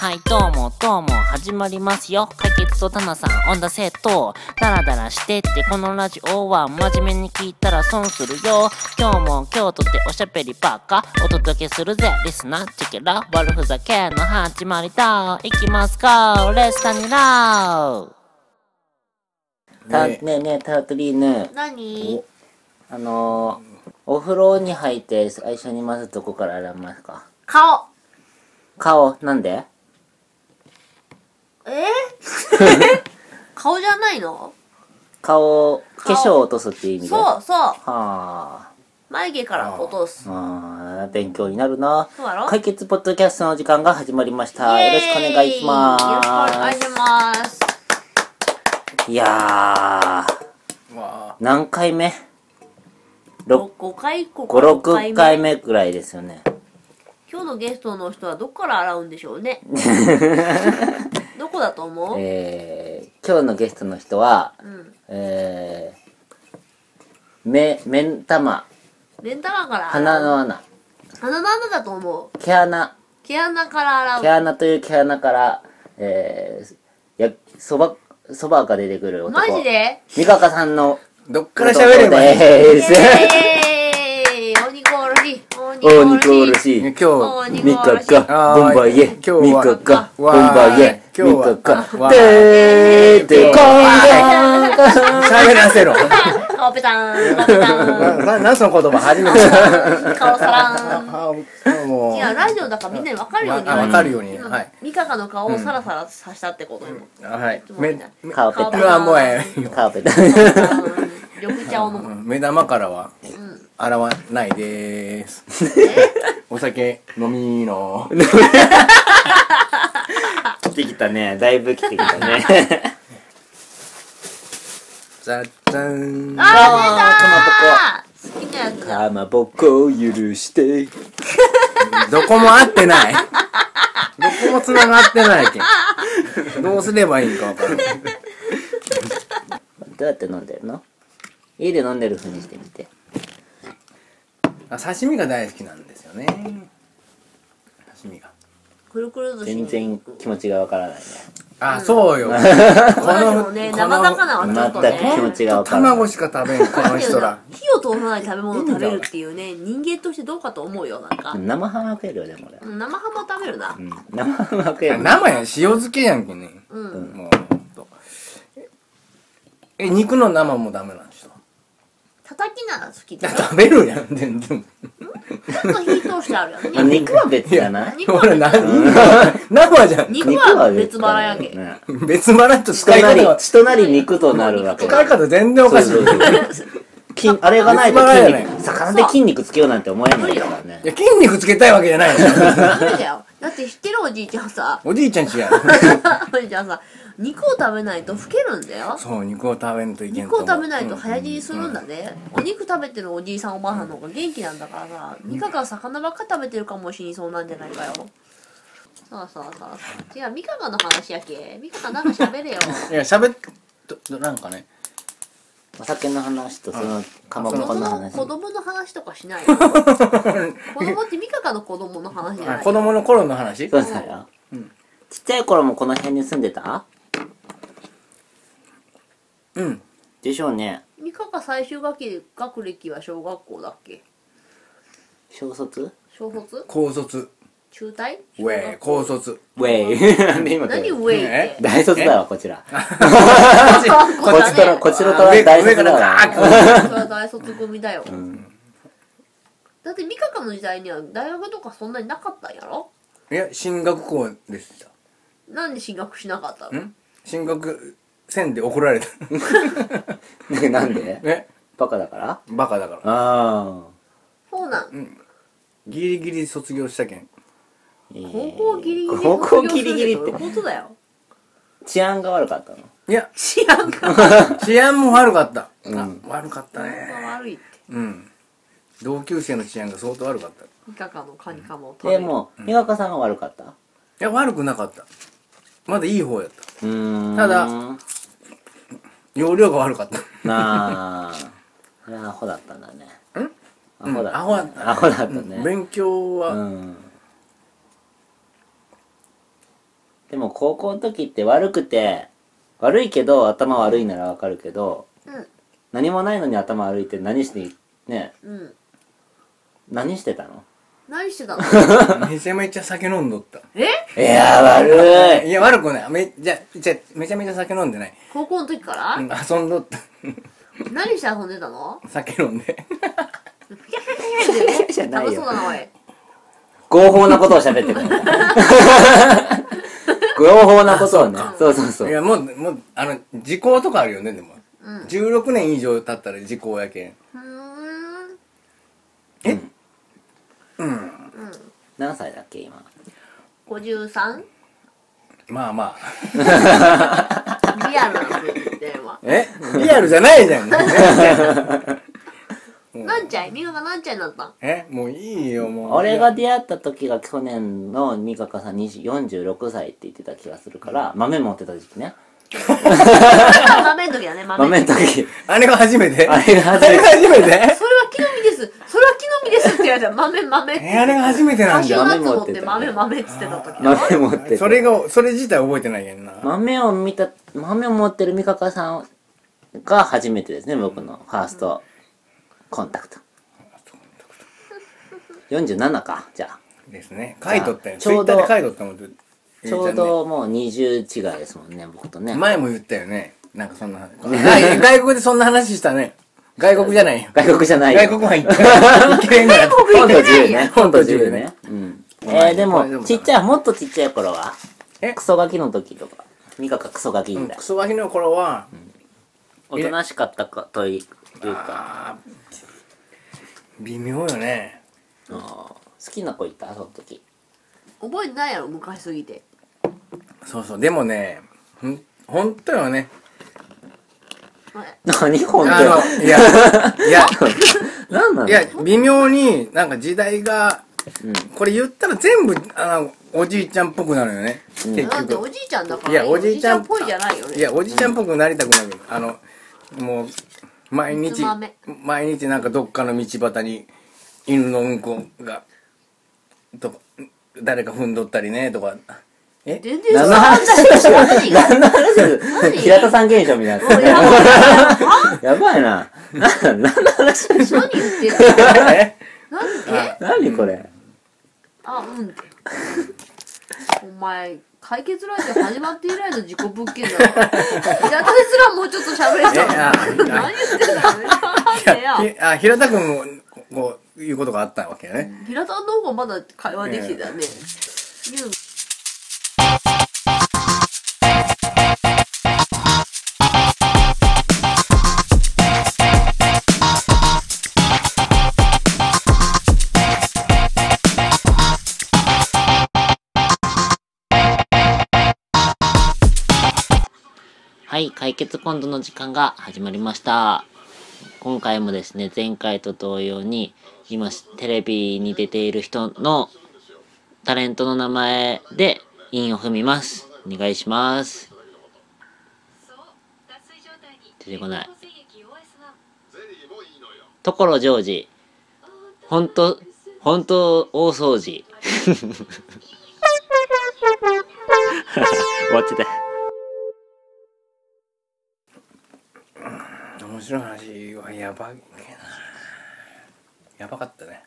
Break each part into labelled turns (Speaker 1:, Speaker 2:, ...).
Speaker 1: はいどうもどうも始まりますよ解決とタナさんオンダセットダラダラしてってこのラジオは真面目に聞いたら損するよ今日も今日とっておしゃべりばっかお届けするぜリスナーチェケラ悪ふざけの始まりだいきますかレスタニラーたね
Speaker 2: ね
Speaker 1: えねえタートリーヌ
Speaker 3: 何
Speaker 1: あのー、お風呂に入って最初にまずどこから洗いますか
Speaker 3: 顔
Speaker 1: 顔なんで
Speaker 3: え ー、顔じゃないの
Speaker 1: 顔
Speaker 3: 顔
Speaker 1: 化粧を落とすっていう意味で
Speaker 3: そうそう
Speaker 1: は
Speaker 3: 眉毛から落とす
Speaker 1: あ、うん、勉強になるな
Speaker 3: そうだろ
Speaker 1: 解決ポッドキャストの時間が始まりました
Speaker 3: イエ
Speaker 1: よ
Speaker 3: ー
Speaker 1: ろしくお願いしま
Speaker 3: よろしくお願いします
Speaker 1: すいやー
Speaker 2: わ
Speaker 1: 何回目
Speaker 3: ろ5回ここ
Speaker 1: 56
Speaker 3: 五
Speaker 1: 回目ぐらいですよね
Speaker 3: 今日のゲストの人はどこから洗うんでしょ うねどこだと思う、
Speaker 1: えー、今日のゲストの人は
Speaker 3: うん
Speaker 1: えー、目目ん玉
Speaker 3: 目ん玉から洗う
Speaker 1: 鼻の穴
Speaker 3: 鼻の穴だと思う
Speaker 1: 毛穴
Speaker 3: 毛穴から
Speaker 1: 毛
Speaker 3: 洗う
Speaker 1: 穴という毛穴からえー、やそばそばが出てくる男
Speaker 3: マジで
Speaker 1: 美香さんの
Speaker 2: ーどっから喋ればいい
Speaker 1: で
Speaker 3: イ
Speaker 1: す。
Speaker 3: エーイ鬼殺し鬼殺し
Speaker 2: 今
Speaker 1: し。
Speaker 2: 日
Speaker 3: お
Speaker 2: は
Speaker 3: 肉
Speaker 1: ミカか、
Speaker 2: あー
Speaker 1: ボンバイエ、ミ
Speaker 2: 今日は
Speaker 1: カか、ボンバイエ、
Speaker 2: 今日
Speaker 1: ミ
Speaker 2: は
Speaker 1: カか、
Speaker 2: わ
Speaker 1: でーでこんばん
Speaker 2: 喋らせろ
Speaker 3: 顔ペタン顔ペタン
Speaker 2: なななんその言葉初めて
Speaker 3: 顔さらん。
Speaker 2: あーも
Speaker 3: いうや、ラジオだからみんなに分かるように。
Speaker 2: あわかるように
Speaker 3: 今
Speaker 2: はい。
Speaker 3: ミカカの顔をサラサラさしたってこと今。
Speaker 2: あはい
Speaker 3: ちょっと待っ
Speaker 2: め
Speaker 3: て
Speaker 2: め
Speaker 1: 顔ペ
Speaker 3: 顔
Speaker 1: タ
Speaker 3: ペ
Speaker 1: ン。
Speaker 2: う
Speaker 3: タ
Speaker 2: わ
Speaker 3: ン。
Speaker 2: もうええよ
Speaker 1: 顔ペタン。
Speaker 3: うん緑茶を飲
Speaker 2: う
Speaker 3: む。
Speaker 2: ん目玉からは洗わないでーすお酒飲みの
Speaker 1: 来てきたね。だいぶ来てきたね。
Speaker 2: ザッザーン
Speaker 3: あー、出たー好きなやつだ。
Speaker 1: かまぼこを許して。
Speaker 2: どこも合ってないどこも繋がってないけんどうすればいいんかわからない
Speaker 1: どうやって飲んでるの家で飲んでる風にしてみて。
Speaker 2: あ刺身が大好きなんですよね刺身が
Speaker 3: くるくる寿司
Speaker 1: 全
Speaker 3: に。
Speaker 1: 然気持ちがわからないね。
Speaker 2: あ、そうよこ
Speaker 3: ラジオね、生魚はちょっと
Speaker 1: 全く気持
Speaker 3: ね。
Speaker 1: ちがわからない。
Speaker 2: 卵しか食べんこの人ら
Speaker 3: 火を通さない食べ物を食べるっていうね、人間としてどうかと思うよ、なんか。
Speaker 1: 生ハム食えるよね、これ。
Speaker 3: うん生ハムは食べるな
Speaker 1: う。ん。生ハム食えるね。
Speaker 2: 生やん塩漬けやんけね
Speaker 3: うん。
Speaker 2: もうほんとえ肉の生もダメなんでしょ
Speaker 3: 叩きなら好き
Speaker 2: い
Speaker 3: だ
Speaker 2: や
Speaker 3: よ。
Speaker 2: 食べるやん全然
Speaker 3: ちょっと火通してあるよ
Speaker 1: あ
Speaker 3: ね。
Speaker 1: 肉は別じゃない
Speaker 3: 肉
Speaker 2: 俺
Speaker 3: は
Speaker 2: 何 生じゃん
Speaker 3: 肉は別腹やけ。
Speaker 1: ね
Speaker 2: 別腹と
Speaker 1: 血
Speaker 2: 使
Speaker 1: と
Speaker 2: い
Speaker 1: なり
Speaker 2: 方は、
Speaker 1: 血となり肉となるわけ。
Speaker 2: 使い方全然おかしい
Speaker 1: そうそうそう筋あれがないと
Speaker 2: 別腹
Speaker 1: 筋
Speaker 2: やね
Speaker 1: 肉、魚で筋肉つけようなんて思えないからね
Speaker 2: い。や筋肉つけたいわけじゃないでしょ
Speaker 3: ダメだよ。だって知ってるおじいちゃん さ、
Speaker 2: おじいちゃんちやん
Speaker 3: おじいちゃんさ、肉を食べないと老けるんだよ。
Speaker 2: そう肉を食べんといけん
Speaker 3: 肉を食べないと
Speaker 2: うん
Speaker 3: 早死にするんだね。お肉食べてるおじいさんおばあさんの方が元気なんだからさ、ミカが魚ばっか食べてるかもしにそうなんじゃないかよ。そうそうそう。違う、ミカがの話やけ。ミカがなんか喋 れよ。
Speaker 2: いや喋っととなんかね
Speaker 1: お酒の話とそのかまぼ
Speaker 3: 子
Speaker 1: この
Speaker 3: 供
Speaker 1: 話。
Speaker 3: 子供の話とかしない よ。子供ってミカがの子供の話じゃ
Speaker 2: あ
Speaker 3: ない
Speaker 2: 子供の頃の話
Speaker 1: そうだよ。ちっちゃい頃もこの辺に住んでた
Speaker 2: うん
Speaker 1: でしょうね。
Speaker 3: ミカが最終学期学歴は小学校だっけ
Speaker 1: 小卒
Speaker 3: 小卒
Speaker 2: 高卒
Speaker 3: 中退
Speaker 2: ウェイ高卒
Speaker 1: ウェイ。なんで今から
Speaker 3: 何ウェイって
Speaker 2: え。
Speaker 1: 大卒だわ、こちら。
Speaker 3: こ
Speaker 1: こちとら、こちとらは大卒だわ。
Speaker 3: それは大卒組だよ、だってミカカの時代には大学とかそんなになかったんやろ
Speaker 2: いや進学校でした
Speaker 3: なんで進学しなかったの
Speaker 2: ん進学せんで怒られた
Speaker 1: なんで
Speaker 2: え
Speaker 1: バカだからあ
Speaker 2: バカだから
Speaker 1: あ
Speaker 3: そうなん
Speaker 2: ギリギリ卒業したけん
Speaker 1: ー。いい
Speaker 3: 高
Speaker 1: ね
Speaker 3: 校ギリギリ
Speaker 1: 高校ギリギリって
Speaker 3: 卒業するってどういうことだよ
Speaker 1: 治安が悪かったの。
Speaker 2: いや
Speaker 3: 治安が
Speaker 2: 治安も悪かった、
Speaker 1: うん
Speaker 2: あ悪かったね
Speaker 3: 悪いって
Speaker 2: うん同級生の治安が相当悪かったい
Speaker 3: ミカカのカニカマを食べ
Speaker 1: で
Speaker 3: る
Speaker 1: も、美香さんが悪かった。
Speaker 2: や悪くなかったまだいい方やった
Speaker 1: うーん。
Speaker 2: ただ容量が悪かった
Speaker 1: なあ。これはアホだったんだね。
Speaker 2: ん
Speaker 1: アホだ。
Speaker 2: うんアホだった
Speaker 1: アホだった
Speaker 2: うん
Speaker 1: ね。
Speaker 2: 勉強
Speaker 1: う
Speaker 2: は
Speaker 1: ん。でも高校の時って悪くて、悪いけど頭悪いならわかるけど、
Speaker 3: うん
Speaker 1: 何もないのに頭悪いって何して、ね、
Speaker 3: うん
Speaker 1: 何してたの
Speaker 3: 何し てたの
Speaker 2: めちゃめちゃ酒飲んど った。
Speaker 3: え
Speaker 1: いやー 悪い
Speaker 2: いや、悪くない。め、じゃ、じゃ、めちゃめちゃ酒飲んでない。
Speaker 3: 高校の時か
Speaker 2: う
Speaker 3: ら
Speaker 2: ん遊んどった。
Speaker 3: 何して遊んでたの
Speaker 2: 酒飲んで。
Speaker 1: じゃ ないよ
Speaker 3: 楽しそうだなおい
Speaker 1: 合法なことを喋って くれた。合法なことをね。そうそうそ。
Speaker 2: いうや、もう、もう、あの、時効とかあるよね、でも。
Speaker 3: うん
Speaker 2: 16年以上経ったら時効やけん。
Speaker 3: ふーん
Speaker 2: え
Speaker 3: うん
Speaker 1: 何歳だっけ今。
Speaker 3: 53?
Speaker 2: まあまあ。
Speaker 3: リアルな 設定は
Speaker 2: えリアルじゃないじゃん。
Speaker 3: なんちゃいみんながなんちゃいになっ たん
Speaker 2: えもういいよ、もう。
Speaker 1: 俺が出会った時が去年の三カさん20 46歳って言ってた気がするから、豆持ってた時期ね。
Speaker 3: 豆の時だね豆
Speaker 1: 豆の時。
Speaker 2: あれが初めて
Speaker 1: あれが初めて
Speaker 2: あれが初めて
Speaker 3: それは木の実ですそれは木の実ですって言われたら豆豆って
Speaker 2: え、あれが初めて
Speaker 3: カ
Speaker 2: なん
Speaker 3: シ
Speaker 2: だ
Speaker 3: ュー
Speaker 2: よ。
Speaker 3: ナッツ持って
Speaker 1: 豆持
Speaker 3: 豆豆っつってた時だ
Speaker 1: 豆持ってた
Speaker 2: それが、それ自体覚えてないやんな。
Speaker 1: 豆を見た、豆を持ってる三カさんが初めてですね、僕のファーストコンタクト。47か、じゃあ。
Speaker 2: ですね。書いとったよ。
Speaker 1: じ
Speaker 2: ツ
Speaker 1: ゃ
Speaker 2: イ
Speaker 1: あ
Speaker 2: ッ
Speaker 1: ちょう
Speaker 2: ター
Speaker 1: ど
Speaker 2: で書いとったもん。ゆいち
Speaker 1: ち
Speaker 2: ゃん
Speaker 1: ょ
Speaker 2: ね
Speaker 1: う。どもう20違いですもんね、僕とね。
Speaker 2: 前も言ったよね。なんかそんな話。外国でそんな話したね。外国じゃないよ。
Speaker 1: 外国じゃないよ。
Speaker 2: 外国は 行った。行けんから。
Speaker 1: 本土自由
Speaker 3: 行っ
Speaker 1: ね
Speaker 3: てないや。
Speaker 1: 本土自由ね。うん。えー、で
Speaker 2: 大丈夫か
Speaker 1: も、
Speaker 2: な
Speaker 1: ちっちゃい、もっとちっちゃい頃は、
Speaker 2: え
Speaker 1: クソガキの時とか、ミカがクソガキ
Speaker 2: うん
Speaker 1: みたい
Speaker 2: ク。ソガキの頃は、
Speaker 1: おとなしかったかというか、
Speaker 2: あー微妙よね。
Speaker 1: うん好きな子いたその時。
Speaker 3: 覚えてないやろ昔すぎて
Speaker 2: そうそう。でもね、ほん、ほんとよね。
Speaker 1: 何本当
Speaker 2: あの、いや、い や、
Speaker 1: 何なの
Speaker 2: いや、微妙になんか時代が、これ言ったら全部、あの、おじいちゃんっぽくなるよね。結
Speaker 3: だって
Speaker 2: 局。
Speaker 3: おじいちゃんだから
Speaker 2: いやおじいちゃん
Speaker 3: っぽいじゃないよね
Speaker 2: いや、おじいちゃんっぽくなりたくない。あの、もう、毎
Speaker 3: つ
Speaker 2: 日
Speaker 3: まめ、
Speaker 2: 毎日なんかどっかの道端に犬のうんこが、とか、誰か踏んどったりね、とか。え
Speaker 3: 全然
Speaker 1: 何の話
Speaker 3: そんな話
Speaker 1: 何の話してる
Speaker 3: 何
Speaker 1: 平田さん現象みたい
Speaker 3: もうや
Speaker 1: な。やばいな。な、何の話でしょ
Speaker 3: 何言ってんの
Speaker 2: え
Speaker 3: 何え
Speaker 1: 何これ。
Speaker 3: あうんってお前解決ライブ始まって以来の自己物件だわ平田ですらもうちょっと喋れた
Speaker 2: えあ
Speaker 3: の何言ってんだよなんでや
Speaker 2: ひあ、平田くんも、こう、いうことがあったわけよね。
Speaker 3: 平田の方がまだ会話できてたね、ゆう
Speaker 1: はい、解決今度の時間が始まりました。今回もですね、前回と同様に、今、テレビに出ている人のタレントの名前で韻を踏みます。お願いします。出てこない。ところジョージ。ほんと、ほんと大掃 除。終わってた。
Speaker 2: 面白い話はやばいな。やばかったね。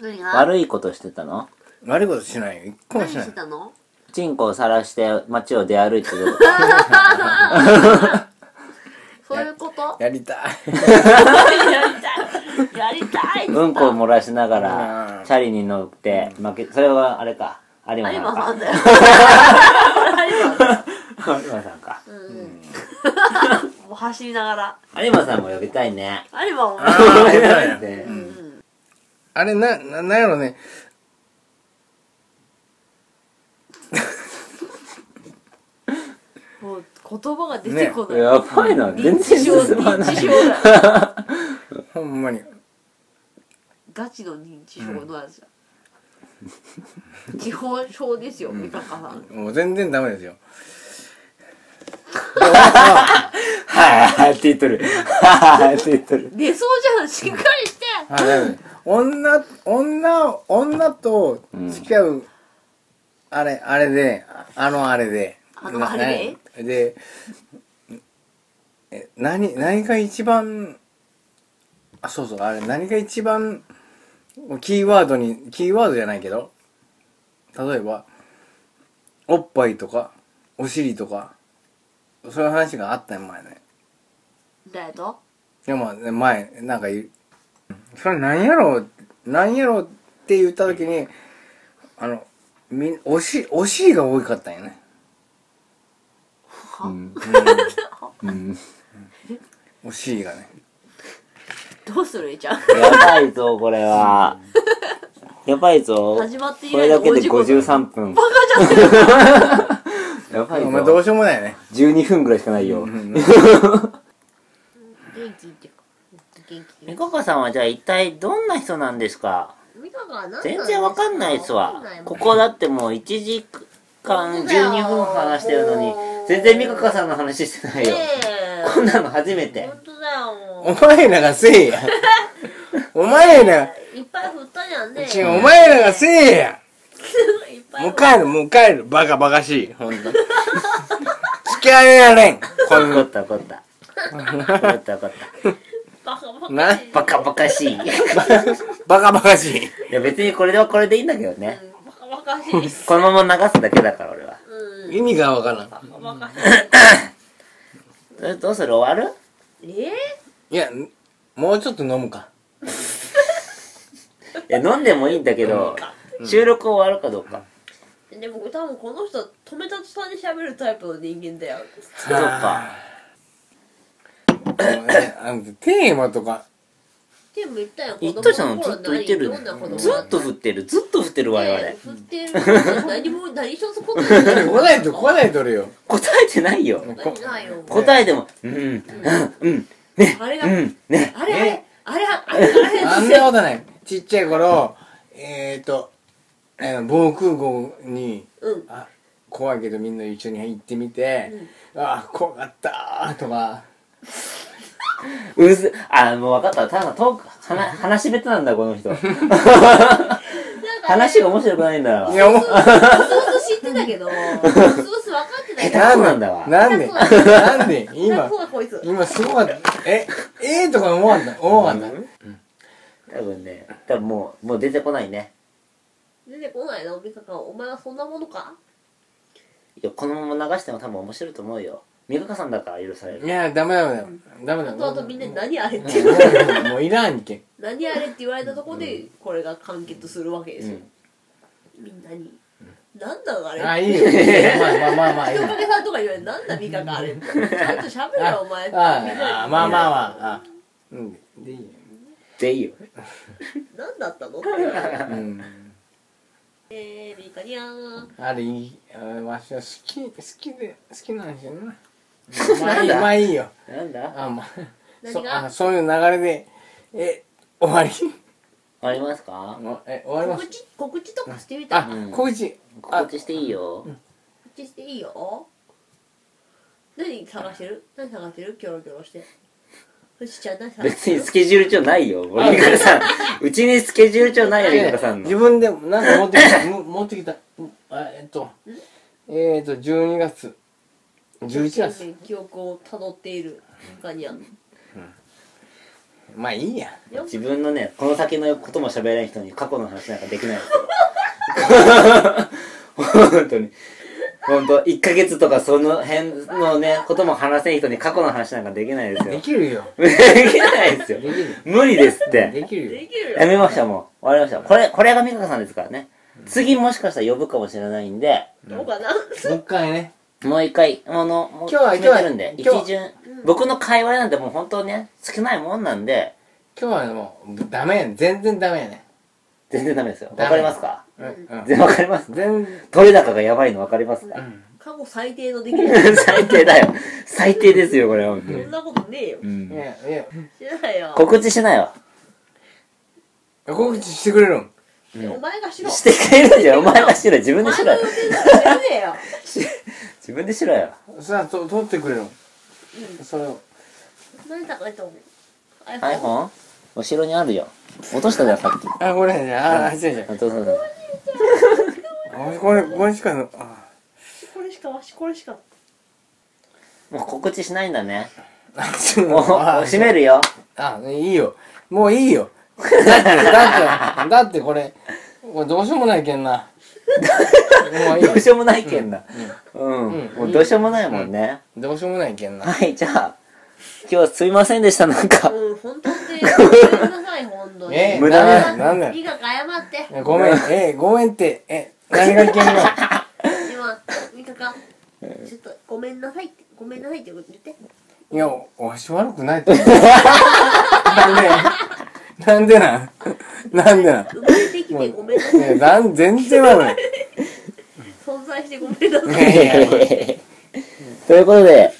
Speaker 3: 何が
Speaker 1: 悪いことしてたの
Speaker 2: 悪いことしないよ。一個も
Speaker 3: 何
Speaker 2: しな
Speaker 3: し
Speaker 2: い
Speaker 3: て。たの
Speaker 1: チンコを晒して街を出歩いてることか
Speaker 3: そういうこと
Speaker 2: やりたい。
Speaker 3: やりたい
Speaker 1: うんこを漏らしながら
Speaker 2: うん
Speaker 1: チャリに乗って負けそれはあれか有馬
Speaker 3: 有
Speaker 1: さん
Speaker 3: 馬
Speaker 1: か
Speaker 3: さんだ よ
Speaker 1: 有馬さんか
Speaker 3: もう走りながら
Speaker 1: 有馬さんも呼びたいね
Speaker 3: 有馬も
Speaker 2: あーやりたいね
Speaker 1: で
Speaker 2: あれ、な、な、なんやろね。
Speaker 3: もう言葉が出てこない、
Speaker 1: やばいな全然
Speaker 3: 認知症
Speaker 1: 進ま
Speaker 3: 認
Speaker 1: な
Speaker 3: 知
Speaker 1: い
Speaker 3: 症だよ
Speaker 2: ほんまに。
Speaker 3: ガチの認知症のやつだ、地方症ですよ、三鷹さん。
Speaker 2: もう全然ダメですよ。
Speaker 1: はいって言っとるはいって言っとる
Speaker 3: 寝そうじゃん、しっかりして。
Speaker 2: はい、女、女、女と付き合うあれ、あれで、あのあれで。
Speaker 3: あのあれ
Speaker 2: でで、え、何、何が一番、あ、そうそう、あれ、何が一番、キーワードに、キーワードじゃないけど、例えば、おっぱいとか、お尻とか、そういう話があったよ前ね。
Speaker 3: 誰と
Speaker 2: でも、ね前、なんか言う、それ何やろう、何やろうって言った時に、あの、みん、おし、お尻が多かったんよね。
Speaker 3: は、
Speaker 4: うん。
Speaker 2: お尻がね。
Speaker 3: どうするじゃん
Speaker 4: やばいぞ、これは。やばいぞ。
Speaker 3: 始まって以
Speaker 4: これ
Speaker 3: 来の
Speaker 4: だけで
Speaker 3: 50分
Speaker 4: 53分。バ カじゃんやばい
Speaker 2: お前どう
Speaker 4: ぞ。
Speaker 2: しようもないよね。
Speaker 4: 12分ぐらいしかないよ。
Speaker 3: 元気っていうか元気
Speaker 1: みかかさんはじゃあ一体どんな人なんですか
Speaker 3: ミカが何
Speaker 1: 全然わかんないっすわ
Speaker 3: かんないもん
Speaker 1: ここだってもう1時間
Speaker 3: 本当だよ
Speaker 1: 12分話してるのに
Speaker 3: もう
Speaker 1: 全然みかかさんの話してないよ、
Speaker 3: え
Speaker 1: こんなの初め
Speaker 3: え
Speaker 1: て
Speaker 3: 本当だよもう
Speaker 2: お前らがせいや。お前ら、
Speaker 3: いっぱい振ったじゃんね。
Speaker 2: 違うお前らがせいや。
Speaker 3: いっぱい
Speaker 2: もう
Speaker 3: 振っ
Speaker 2: 帰る、もう帰る。バカバカしい。ほんと。付き合えられん。こん
Speaker 1: 怒
Speaker 2: な
Speaker 1: っ。た怒った怒った怒った
Speaker 3: バカバカ
Speaker 2: な
Speaker 1: バカバカしいい
Speaker 2: バカバカしい。
Speaker 1: や別にこれではこれでいいんだけどね
Speaker 3: バカバカしい。
Speaker 1: このまま流すだけだから俺は
Speaker 3: うん。
Speaker 2: 意味がわからん。
Speaker 3: バカバカしい。
Speaker 1: えどうする終わる
Speaker 3: え
Speaker 2: いや、もうちょっと飲むか。
Speaker 1: いや飲んでもいいんだけど収録終わるかどうか
Speaker 3: ー、でも多分この人、止めた途端に喋るタイプの人間だよ。
Speaker 1: そうか
Speaker 2: あのテーマとか、
Speaker 3: でも言ったよ。
Speaker 1: 言ったじゃん
Speaker 3: 子
Speaker 1: ず
Speaker 3: 供
Speaker 1: っ
Speaker 3: の
Speaker 1: と
Speaker 3: 頃
Speaker 1: 言ってる
Speaker 3: 何どんな子供
Speaker 1: ず
Speaker 3: だ
Speaker 1: っと振ってるずっと振ってる我々
Speaker 3: で振ってる。何も、何一つこと言っ てない
Speaker 2: 来ないと来ないとるよ。
Speaker 1: 答えてないよ
Speaker 3: 何ないよ。
Speaker 1: 答えてもうんうんうんね
Speaker 3: あれが
Speaker 1: うんね
Speaker 3: あれあれ
Speaker 2: ね、
Speaker 3: あれあれ、あれ、
Speaker 2: あんなことない。ちっちゃい頃、えっ、ー、と、えー防空壕に、
Speaker 3: うん。
Speaker 2: あ怖いけどみんな一緒に行ってみて、あ怖かったーとか、
Speaker 1: うずあもう分かったただトーク話話下手なんだこの人話が面白くないんだわ
Speaker 2: いや、もう、
Speaker 3: うすうす知ってたけど、 うすうす分かってたけど
Speaker 1: 下手、そうなんだわ
Speaker 2: なんで、
Speaker 3: 下手くそ
Speaker 2: なんで、
Speaker 3: 下
Speaker 2: 今
Speaker 3: 手、そうだこいつ。
Speaker 2: 今すごかった。え、えー、とか思わんだ、思わんだ。
Speaker 1: 多分ね多分もうもう出てこないね
Speaker 3: 出てこないな、美香か。お前はそんなものか
Speaker 1: いやこのまま流しても多分面白いと思うよ美香さんだから許され
Speaker 2: い
Speaker 1: る
Speaker 2: や、ダメダメだよ。ダメ
Speaker 3: あ
Speaker 2: だよ。
Speaker 3: とあとみんなに何あれって言う
Speaker 2: もうもういらんけん。
Speaker 3: 何あれって言われたとこでこれが完結するわけですよ、みんなになんだあれ
Speaker 2: あ、いいよ。まあまあまあまあ、いい
Speaker 3: 人
Speaker 2: よ。
Speaker 3: 影さんとか言われてなんだ美香があれってちゃんと喋れよお前って
Speaker 2: ああ、まあまあまあ。あうん、でいいよ。
Speaker 1: でいいよ
Speaker 3: 何だったのって
Speaker 2: うん。
Speaker 3: えー、美香にゃーん
Speaker 2: あれいい、あわしは好き、好きで、好きなんですよな。まあ
Speaker 1: ないん
Speaker 2: い、
Speaker 1: だ
Speaker 2: まあいいよ。
Speaker 1: なんだ
Speaker 2: あ、まあ。
Speaker 3: 何
Speaker 2: そ
Speaker 3: が
Speaker 2: あそういう流れで、え、終わり
Speaker 1: ありますか
Speaker 2: もうえ、終わりま
Speaker 3: 告
Speaker 2: す。
Speaker 3: 知告知とかしてみたら
Speaker 2: あ
Speaker 3: 告、
Speaker 1: うん
Speaker 2: 告知。
Speaker 1: 告知していいよ
Speaker 3: 知していいよ何探してる何探してるキョロキョロして藤ちゃん何探し
Speaker 1: 別
Speaker 3: て
Speaker 1: に
Speaker 3: る
Speaker 1: スケジュール帳ないよ美香さんうちにスケジュール帳ないよ美香さん
Speaker 2: 自
Speaker 1: の
Speaker 2: 分でも、なんか持ってきた、も持ってきた。うんあえっと、えっと、12月、11月。
Speaker 3: 記憶をたどっている美香にゃん
Speaker 2: まあいいや。
Speaker 1: 自分のねこの先のことも喋れない人に過去の話なんかできないですよ本当に本当1ヶ月とかその辺のねことも話せない人に過去の話なんかできないですよ
Speaker 2: できるよ。
Speaker 1: できないですよ
Speaker 2: できる。
Speaker 1: 無理ですっ
Speaker 2: で
Speaker 1: て
Speaker 2: きる
Speaker 3: で
Speaker 2: よ。
Speaker 3: きるよ
Speaker 1: やめましたもう終わりましたこれこれが美香さんですからね次もしかしたら呼ぶかもしれないんで
Speaker 3: どうかな
Speaker 2: もう一回ね。
Speaker 1: もう一回あのもう
Speaker 2: 今日は
Speaker 1: 決めてるんで
Speaker 2: 今日は
Speaker 1: 一巡僕の会話なんてもう本当ね少ないもんなんで
Speaker 2: 今日はもう、ダメやね。全然ダメやね。
Speaker 1: 全然ダメですよ
Speaker 2: ダメ
Speaker 1: わかりますか
Speaker 2: うんうん
Speaker 1: 全然わかります
Speaker 2: 全然、
Speaker 1: 取れ高がやばいの分かりますか、
Speaker 3: 過去最低のできる
Speaker 1: 最低だよ最低ですよこれは本当
Speaker 3: そ
Speaker 1: に
Speaker 3: んなことねえよ
Speaker 2: いや、いや、
Speaker 3: してないよ、
Speaker 1: 告知しないわ
Speaker 2: 告知してくれるん
Speaker 3: お前がしろ
Speaker 1: してくれるじゃんお前がしろよ自分
Speaker 3: お
Speaker 1: でし
Speaker 3: 前
Speaker 1: ろ
Speaker 3: の
Speaker 1: よ
Speaker 3: 予定ならやめねえよ
Speaker 1: 自分でしろよ
Speaker 2: さあ、と撮ってくれるんそれを。
Speaker 3: 何高いと思う iPhone?
Speaker 1: iPhone 後ろにあるよ落としたじゃんさっき
Speaker 2: あ、これね、あ、違う違う。
Speaker 1: あどうぞどうぞ
Speaker 2: あこれこれしかなあ
Speaker 3: これしかわしこれしか
Speaker 4: もう告知しないんだね。
Speaker 2: ちょっと
Speaker 4: もう、
Speaker 2: あ
Speaker 4: 閉めるよ。
Speaker 2: あいいよもういいよだってだってだってこれこれどうしようもないけんなもういい
Speaker 4: ど
Speaker 2: よ
Speaker 4: うしようもないけんな。うん。もうどうしようもないもんね。
Speaker 2: どうしようもないけんな
Speaker 4: はい、じゃあ、今日はすいませんでした、なん か。
Speaker 3: うん本当にごめんなさい本当に
Speaker 2: え
Speaker 4: 無駄な
Speaker 2: なんだよ
Speaker 3: ミカが謝って
Speaker 2: えごめんえごめんってえ何がいけんの
Speaker 3: 今ミカがちょっとごめんなさいってごめんなさいって言って
Speaker 2: いやわし悪くないと思うなんでなんでなんなんでなん
Speaker 3: 生まれてきてごめんなさい
Speaker 2: いやなん全然悪い
Speaker 3: 存在してごめんなさい
Speaker 2: いやい
Speaker 4: ということで、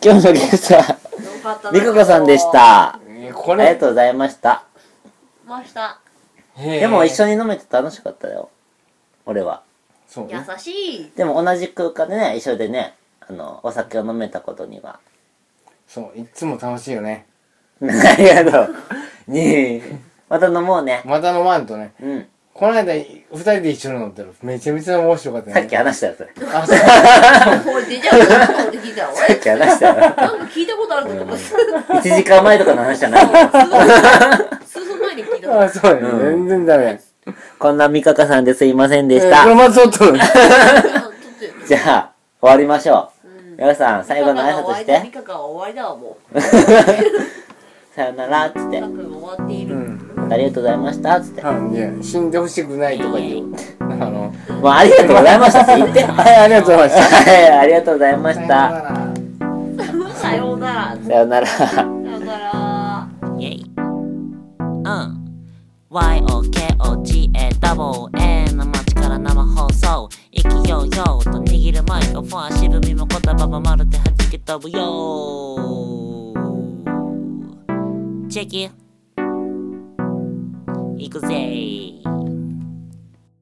Speaker 4: 今日のゲストは、
Speaker 3: よかったな
Speaker 4: りかこさんでした。
Speaker 2: えこ
Speaker 4: ありが
Speaker 2: れ
Speaker 4: とうございました。
Speaker 3: ました
Speaker 4: でも一緒
Speaker 2: に
Speaker 4: に飲めて楽しかったよ。俺は。
Speaker 2: そうね
Speaker 3: 優しい
Speaker 4: でも同じ空間でね、一緒でね、あの、お酒を飲めたことには。
Speaker 2: そういっつも楽しいよね
Speaker 4: ありがとう。にまた飲もうね。
Speaker 2: また飲まんとね
Speaker 4: うん。
Speaker 2: この間二人で一緒に飲んだらめちゃめちゃ面白かった
Speaker 4: さっ
Speaker 2: ね
Speaker 4: き話したよ、それ。さ
Speaker 2: あそう
Speaker 3: もう出ちゃうかなって聞いたよ
Speaker 4: っき話したよ。
Speaker 3: なんか聞いたことあることかすごい
Speaker 4: 1時間前とかの話じゃないよ。
Speaker 3: 数分前に聞いた
Speaker 2: あそうね、全然ダメや
Speaker 4: こんなみかかさんですいませんでし
Speaker 2: えこれ
Speaker 4: た。
Speaker 2: まず撮っとる
Speaker 4: じゃあ、終わりましょう。皆さん、最後の挨拶して
Speaker 3: ミ。カが終わりだわもう
Speaker 4: さよなら、つっ
Speaker 3: ミ
Speaker 4: て。あ
Speaker 3: カが終わっていうる
Speaker 2: ん
Speaker 4: りがとうございました、つって。も
Speaker 2: あいや死んでほしくないとか言うあの
Speaker 4: うありがとうございましたって言って。は
Speaker 2: はいありがとうございました
Speaker 4: い、ありがとうございました。
Speaker 3: さようなら
Speaker 4: さよなら。
Speaker 3: さようなら
Speaker 1: イェイうん YOKOGAWA の街から生放送勢いよと握るマイクフォン渋みも言葉もまるで弾け飛ぶよチェキ行くぜ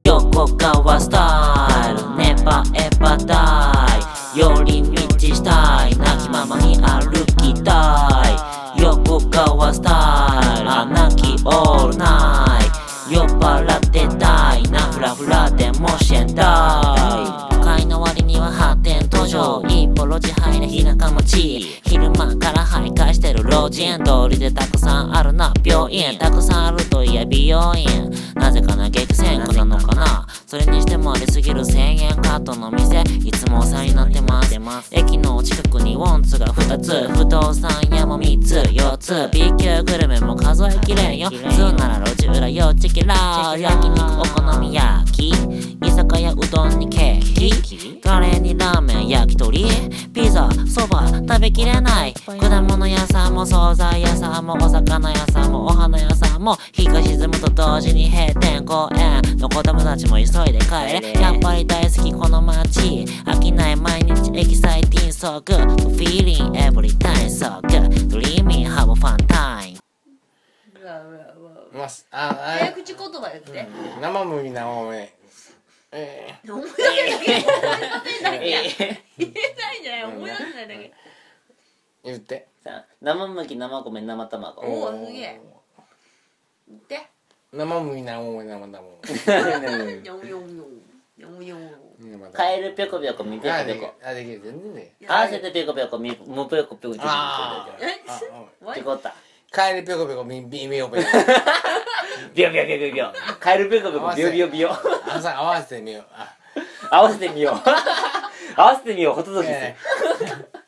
Speaker 1: 横川スタイルネバエバダイ寄り道したい泣きままに歩きたい横川スタイルあ泣きオールナイト酔っ払ってたいなフラフラでもしえんだい都会の割には発展途上一歩路地入れ田舎町昼間から徘徊してる老人通りでたくさんあるな病院たくさんあるといえ美容院なぜかな激戦区なのかなそれにしてもありすぎる1000円カートの店いつもお世話になってます駅の近くにウォンツが2つ不動産屋も3つ4つ B 級グルメも数えきれんよ普通なら路地裏よチキラー焼肉お好み焼き居酒屋うどんにケーキカレーにラーメン焼き鳥ピザそば食べきれない果物屋さんも惣菜屋さんもお魚屋さんもお花屋さんも日が沈むと同時に閉店公園の子供たちも急いで帰れやっぱり大好きこの街飽きない毎日エキサイティングソーグ Feeling every time so good Dreaming have a fun time
Speaker 2: まあすああ
Speaker 3: 早口言葉言って
Speaker 2: 生麦生米え
Speaker 3: 思い出せない思い出せない言えないんじゃない思い出せないだけ
Speaker 2: ー、言って
Speaker 4: 生麦、生米、生卵。
Speaker 3: おおすげえ言って
Speaker 2: 生麦生米生だもん
Speaker 3: にょんにょんにょんにょんにょん
Speaker 2: 生だ
Speaker 4: カエルぴょこぴょこ、みぴょ
Speaker 2: あ
Speaker 4: こ
Speaker 2: で
Speaker 4: ぴょ
Speaker 2: きる
Speaker 4: こ。
Speaker 2: あできる全然で
Speaker 3: いや
Speaker 4: 合わせてぴょこぴょこ、みむぴょこぴょこ。
Speaker 2: あー
Speaker 4: ち
Speaker 3: え
Speaker 2: あうん
Speaker 3: おい
Speaker 4: ょこった。
Speaker 2: 帰りぴょこぴょこみみみよぴょこ
Speaker 4: ビョビョビョビョビョ。カエルぴょこぴょこ、ビョビョビョ。
Speaker 2: 朝合わせてみようあ
Speaker 4: 合わせてみよう。合わせてみよう、ホトトギ
Speaker 2: ね
Speaker 4: ス。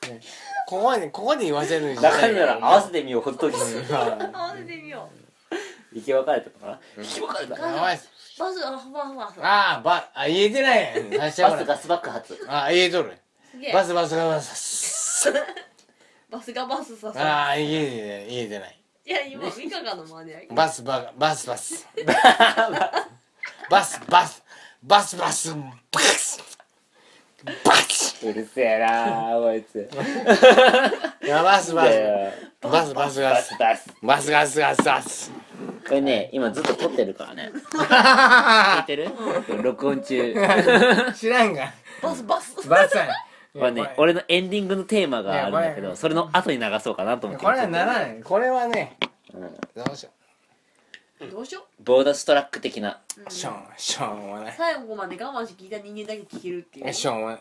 Speaker 2: えねえここでここで言わせるんじゃ
Speaker 4: 中
Speaker 2: ない
Speaker 4: 身なら合わせてみよう、ホトトギス。
Speaker 2: うん
Speaker 3: 合わせてみよう
Speaker 4: 生き別れたのかな生き別れた。
Speaker 2: 合わせ
Speaker 3: バスあバスバス
Speaker 2: あーばあ言えてないやん最初か
Speaker 4: バス
Speaker 2: ら
Speaker 4: ガス爆発。
Speaker 2: あ言えとる
Speaker 3: すげえ
Speaker 2: バスバスがバス
Speaker 3: バスがバスささ
Speaker 2: ああ言えてない言えてない
Speaker 3: いや今ミカがの真似やけど
Speaker 2: バスババスバスバスバスバスバスバスバス
Speaker 4: うるせえなあ、こいつ。
Speaker 2: いやバスバ
Speaker 4: い
Speaker 2: ス
Speaker 4: やいや
Speaker 2: バスバス
Speaker 4: バ
Speaker 2: ガス
Speaker 4: スバス。
Speaker 2: バスガスガスガス
Speaker 4: これね、今ずっと撮ってるからね。撮ってる録音中。
Speaker 2: 知らんが
Speaker 3: バスバス
Speaker 2: バスさん
Speaker 4: これね、俺のエンディングのテーマがあるんだけ
Speaker 2: いやこ
Speaker 4: ど、
Speaker 2: れ
Speaker 4: それの後に流そうかなと思って。
Speaker 2: これはならないこれはねどうしよ
Speaker 3: どうしよ
Speaker 4: ボーダーストラック的な
Speaker 3: う、うん
Speaker 2: しょうしょうもない
Speaker 3: 最後まで我慢して聞いた人間だけ聞けるっていう
Speaker 2: えしょうもない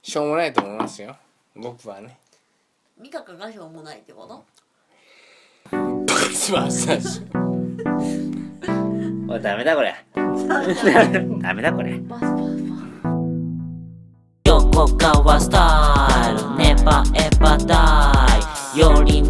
Speaker 2: しょうもないと思いますよ僕はね
Speaker 3: ミカカがしょうもないってこと
Speaker 2: バスバスバス
Speaker 4: おいダメだこ れダメだこれ
Speaker 3: バスバスバ
Speaker 1: 横川スタイル Never ever die より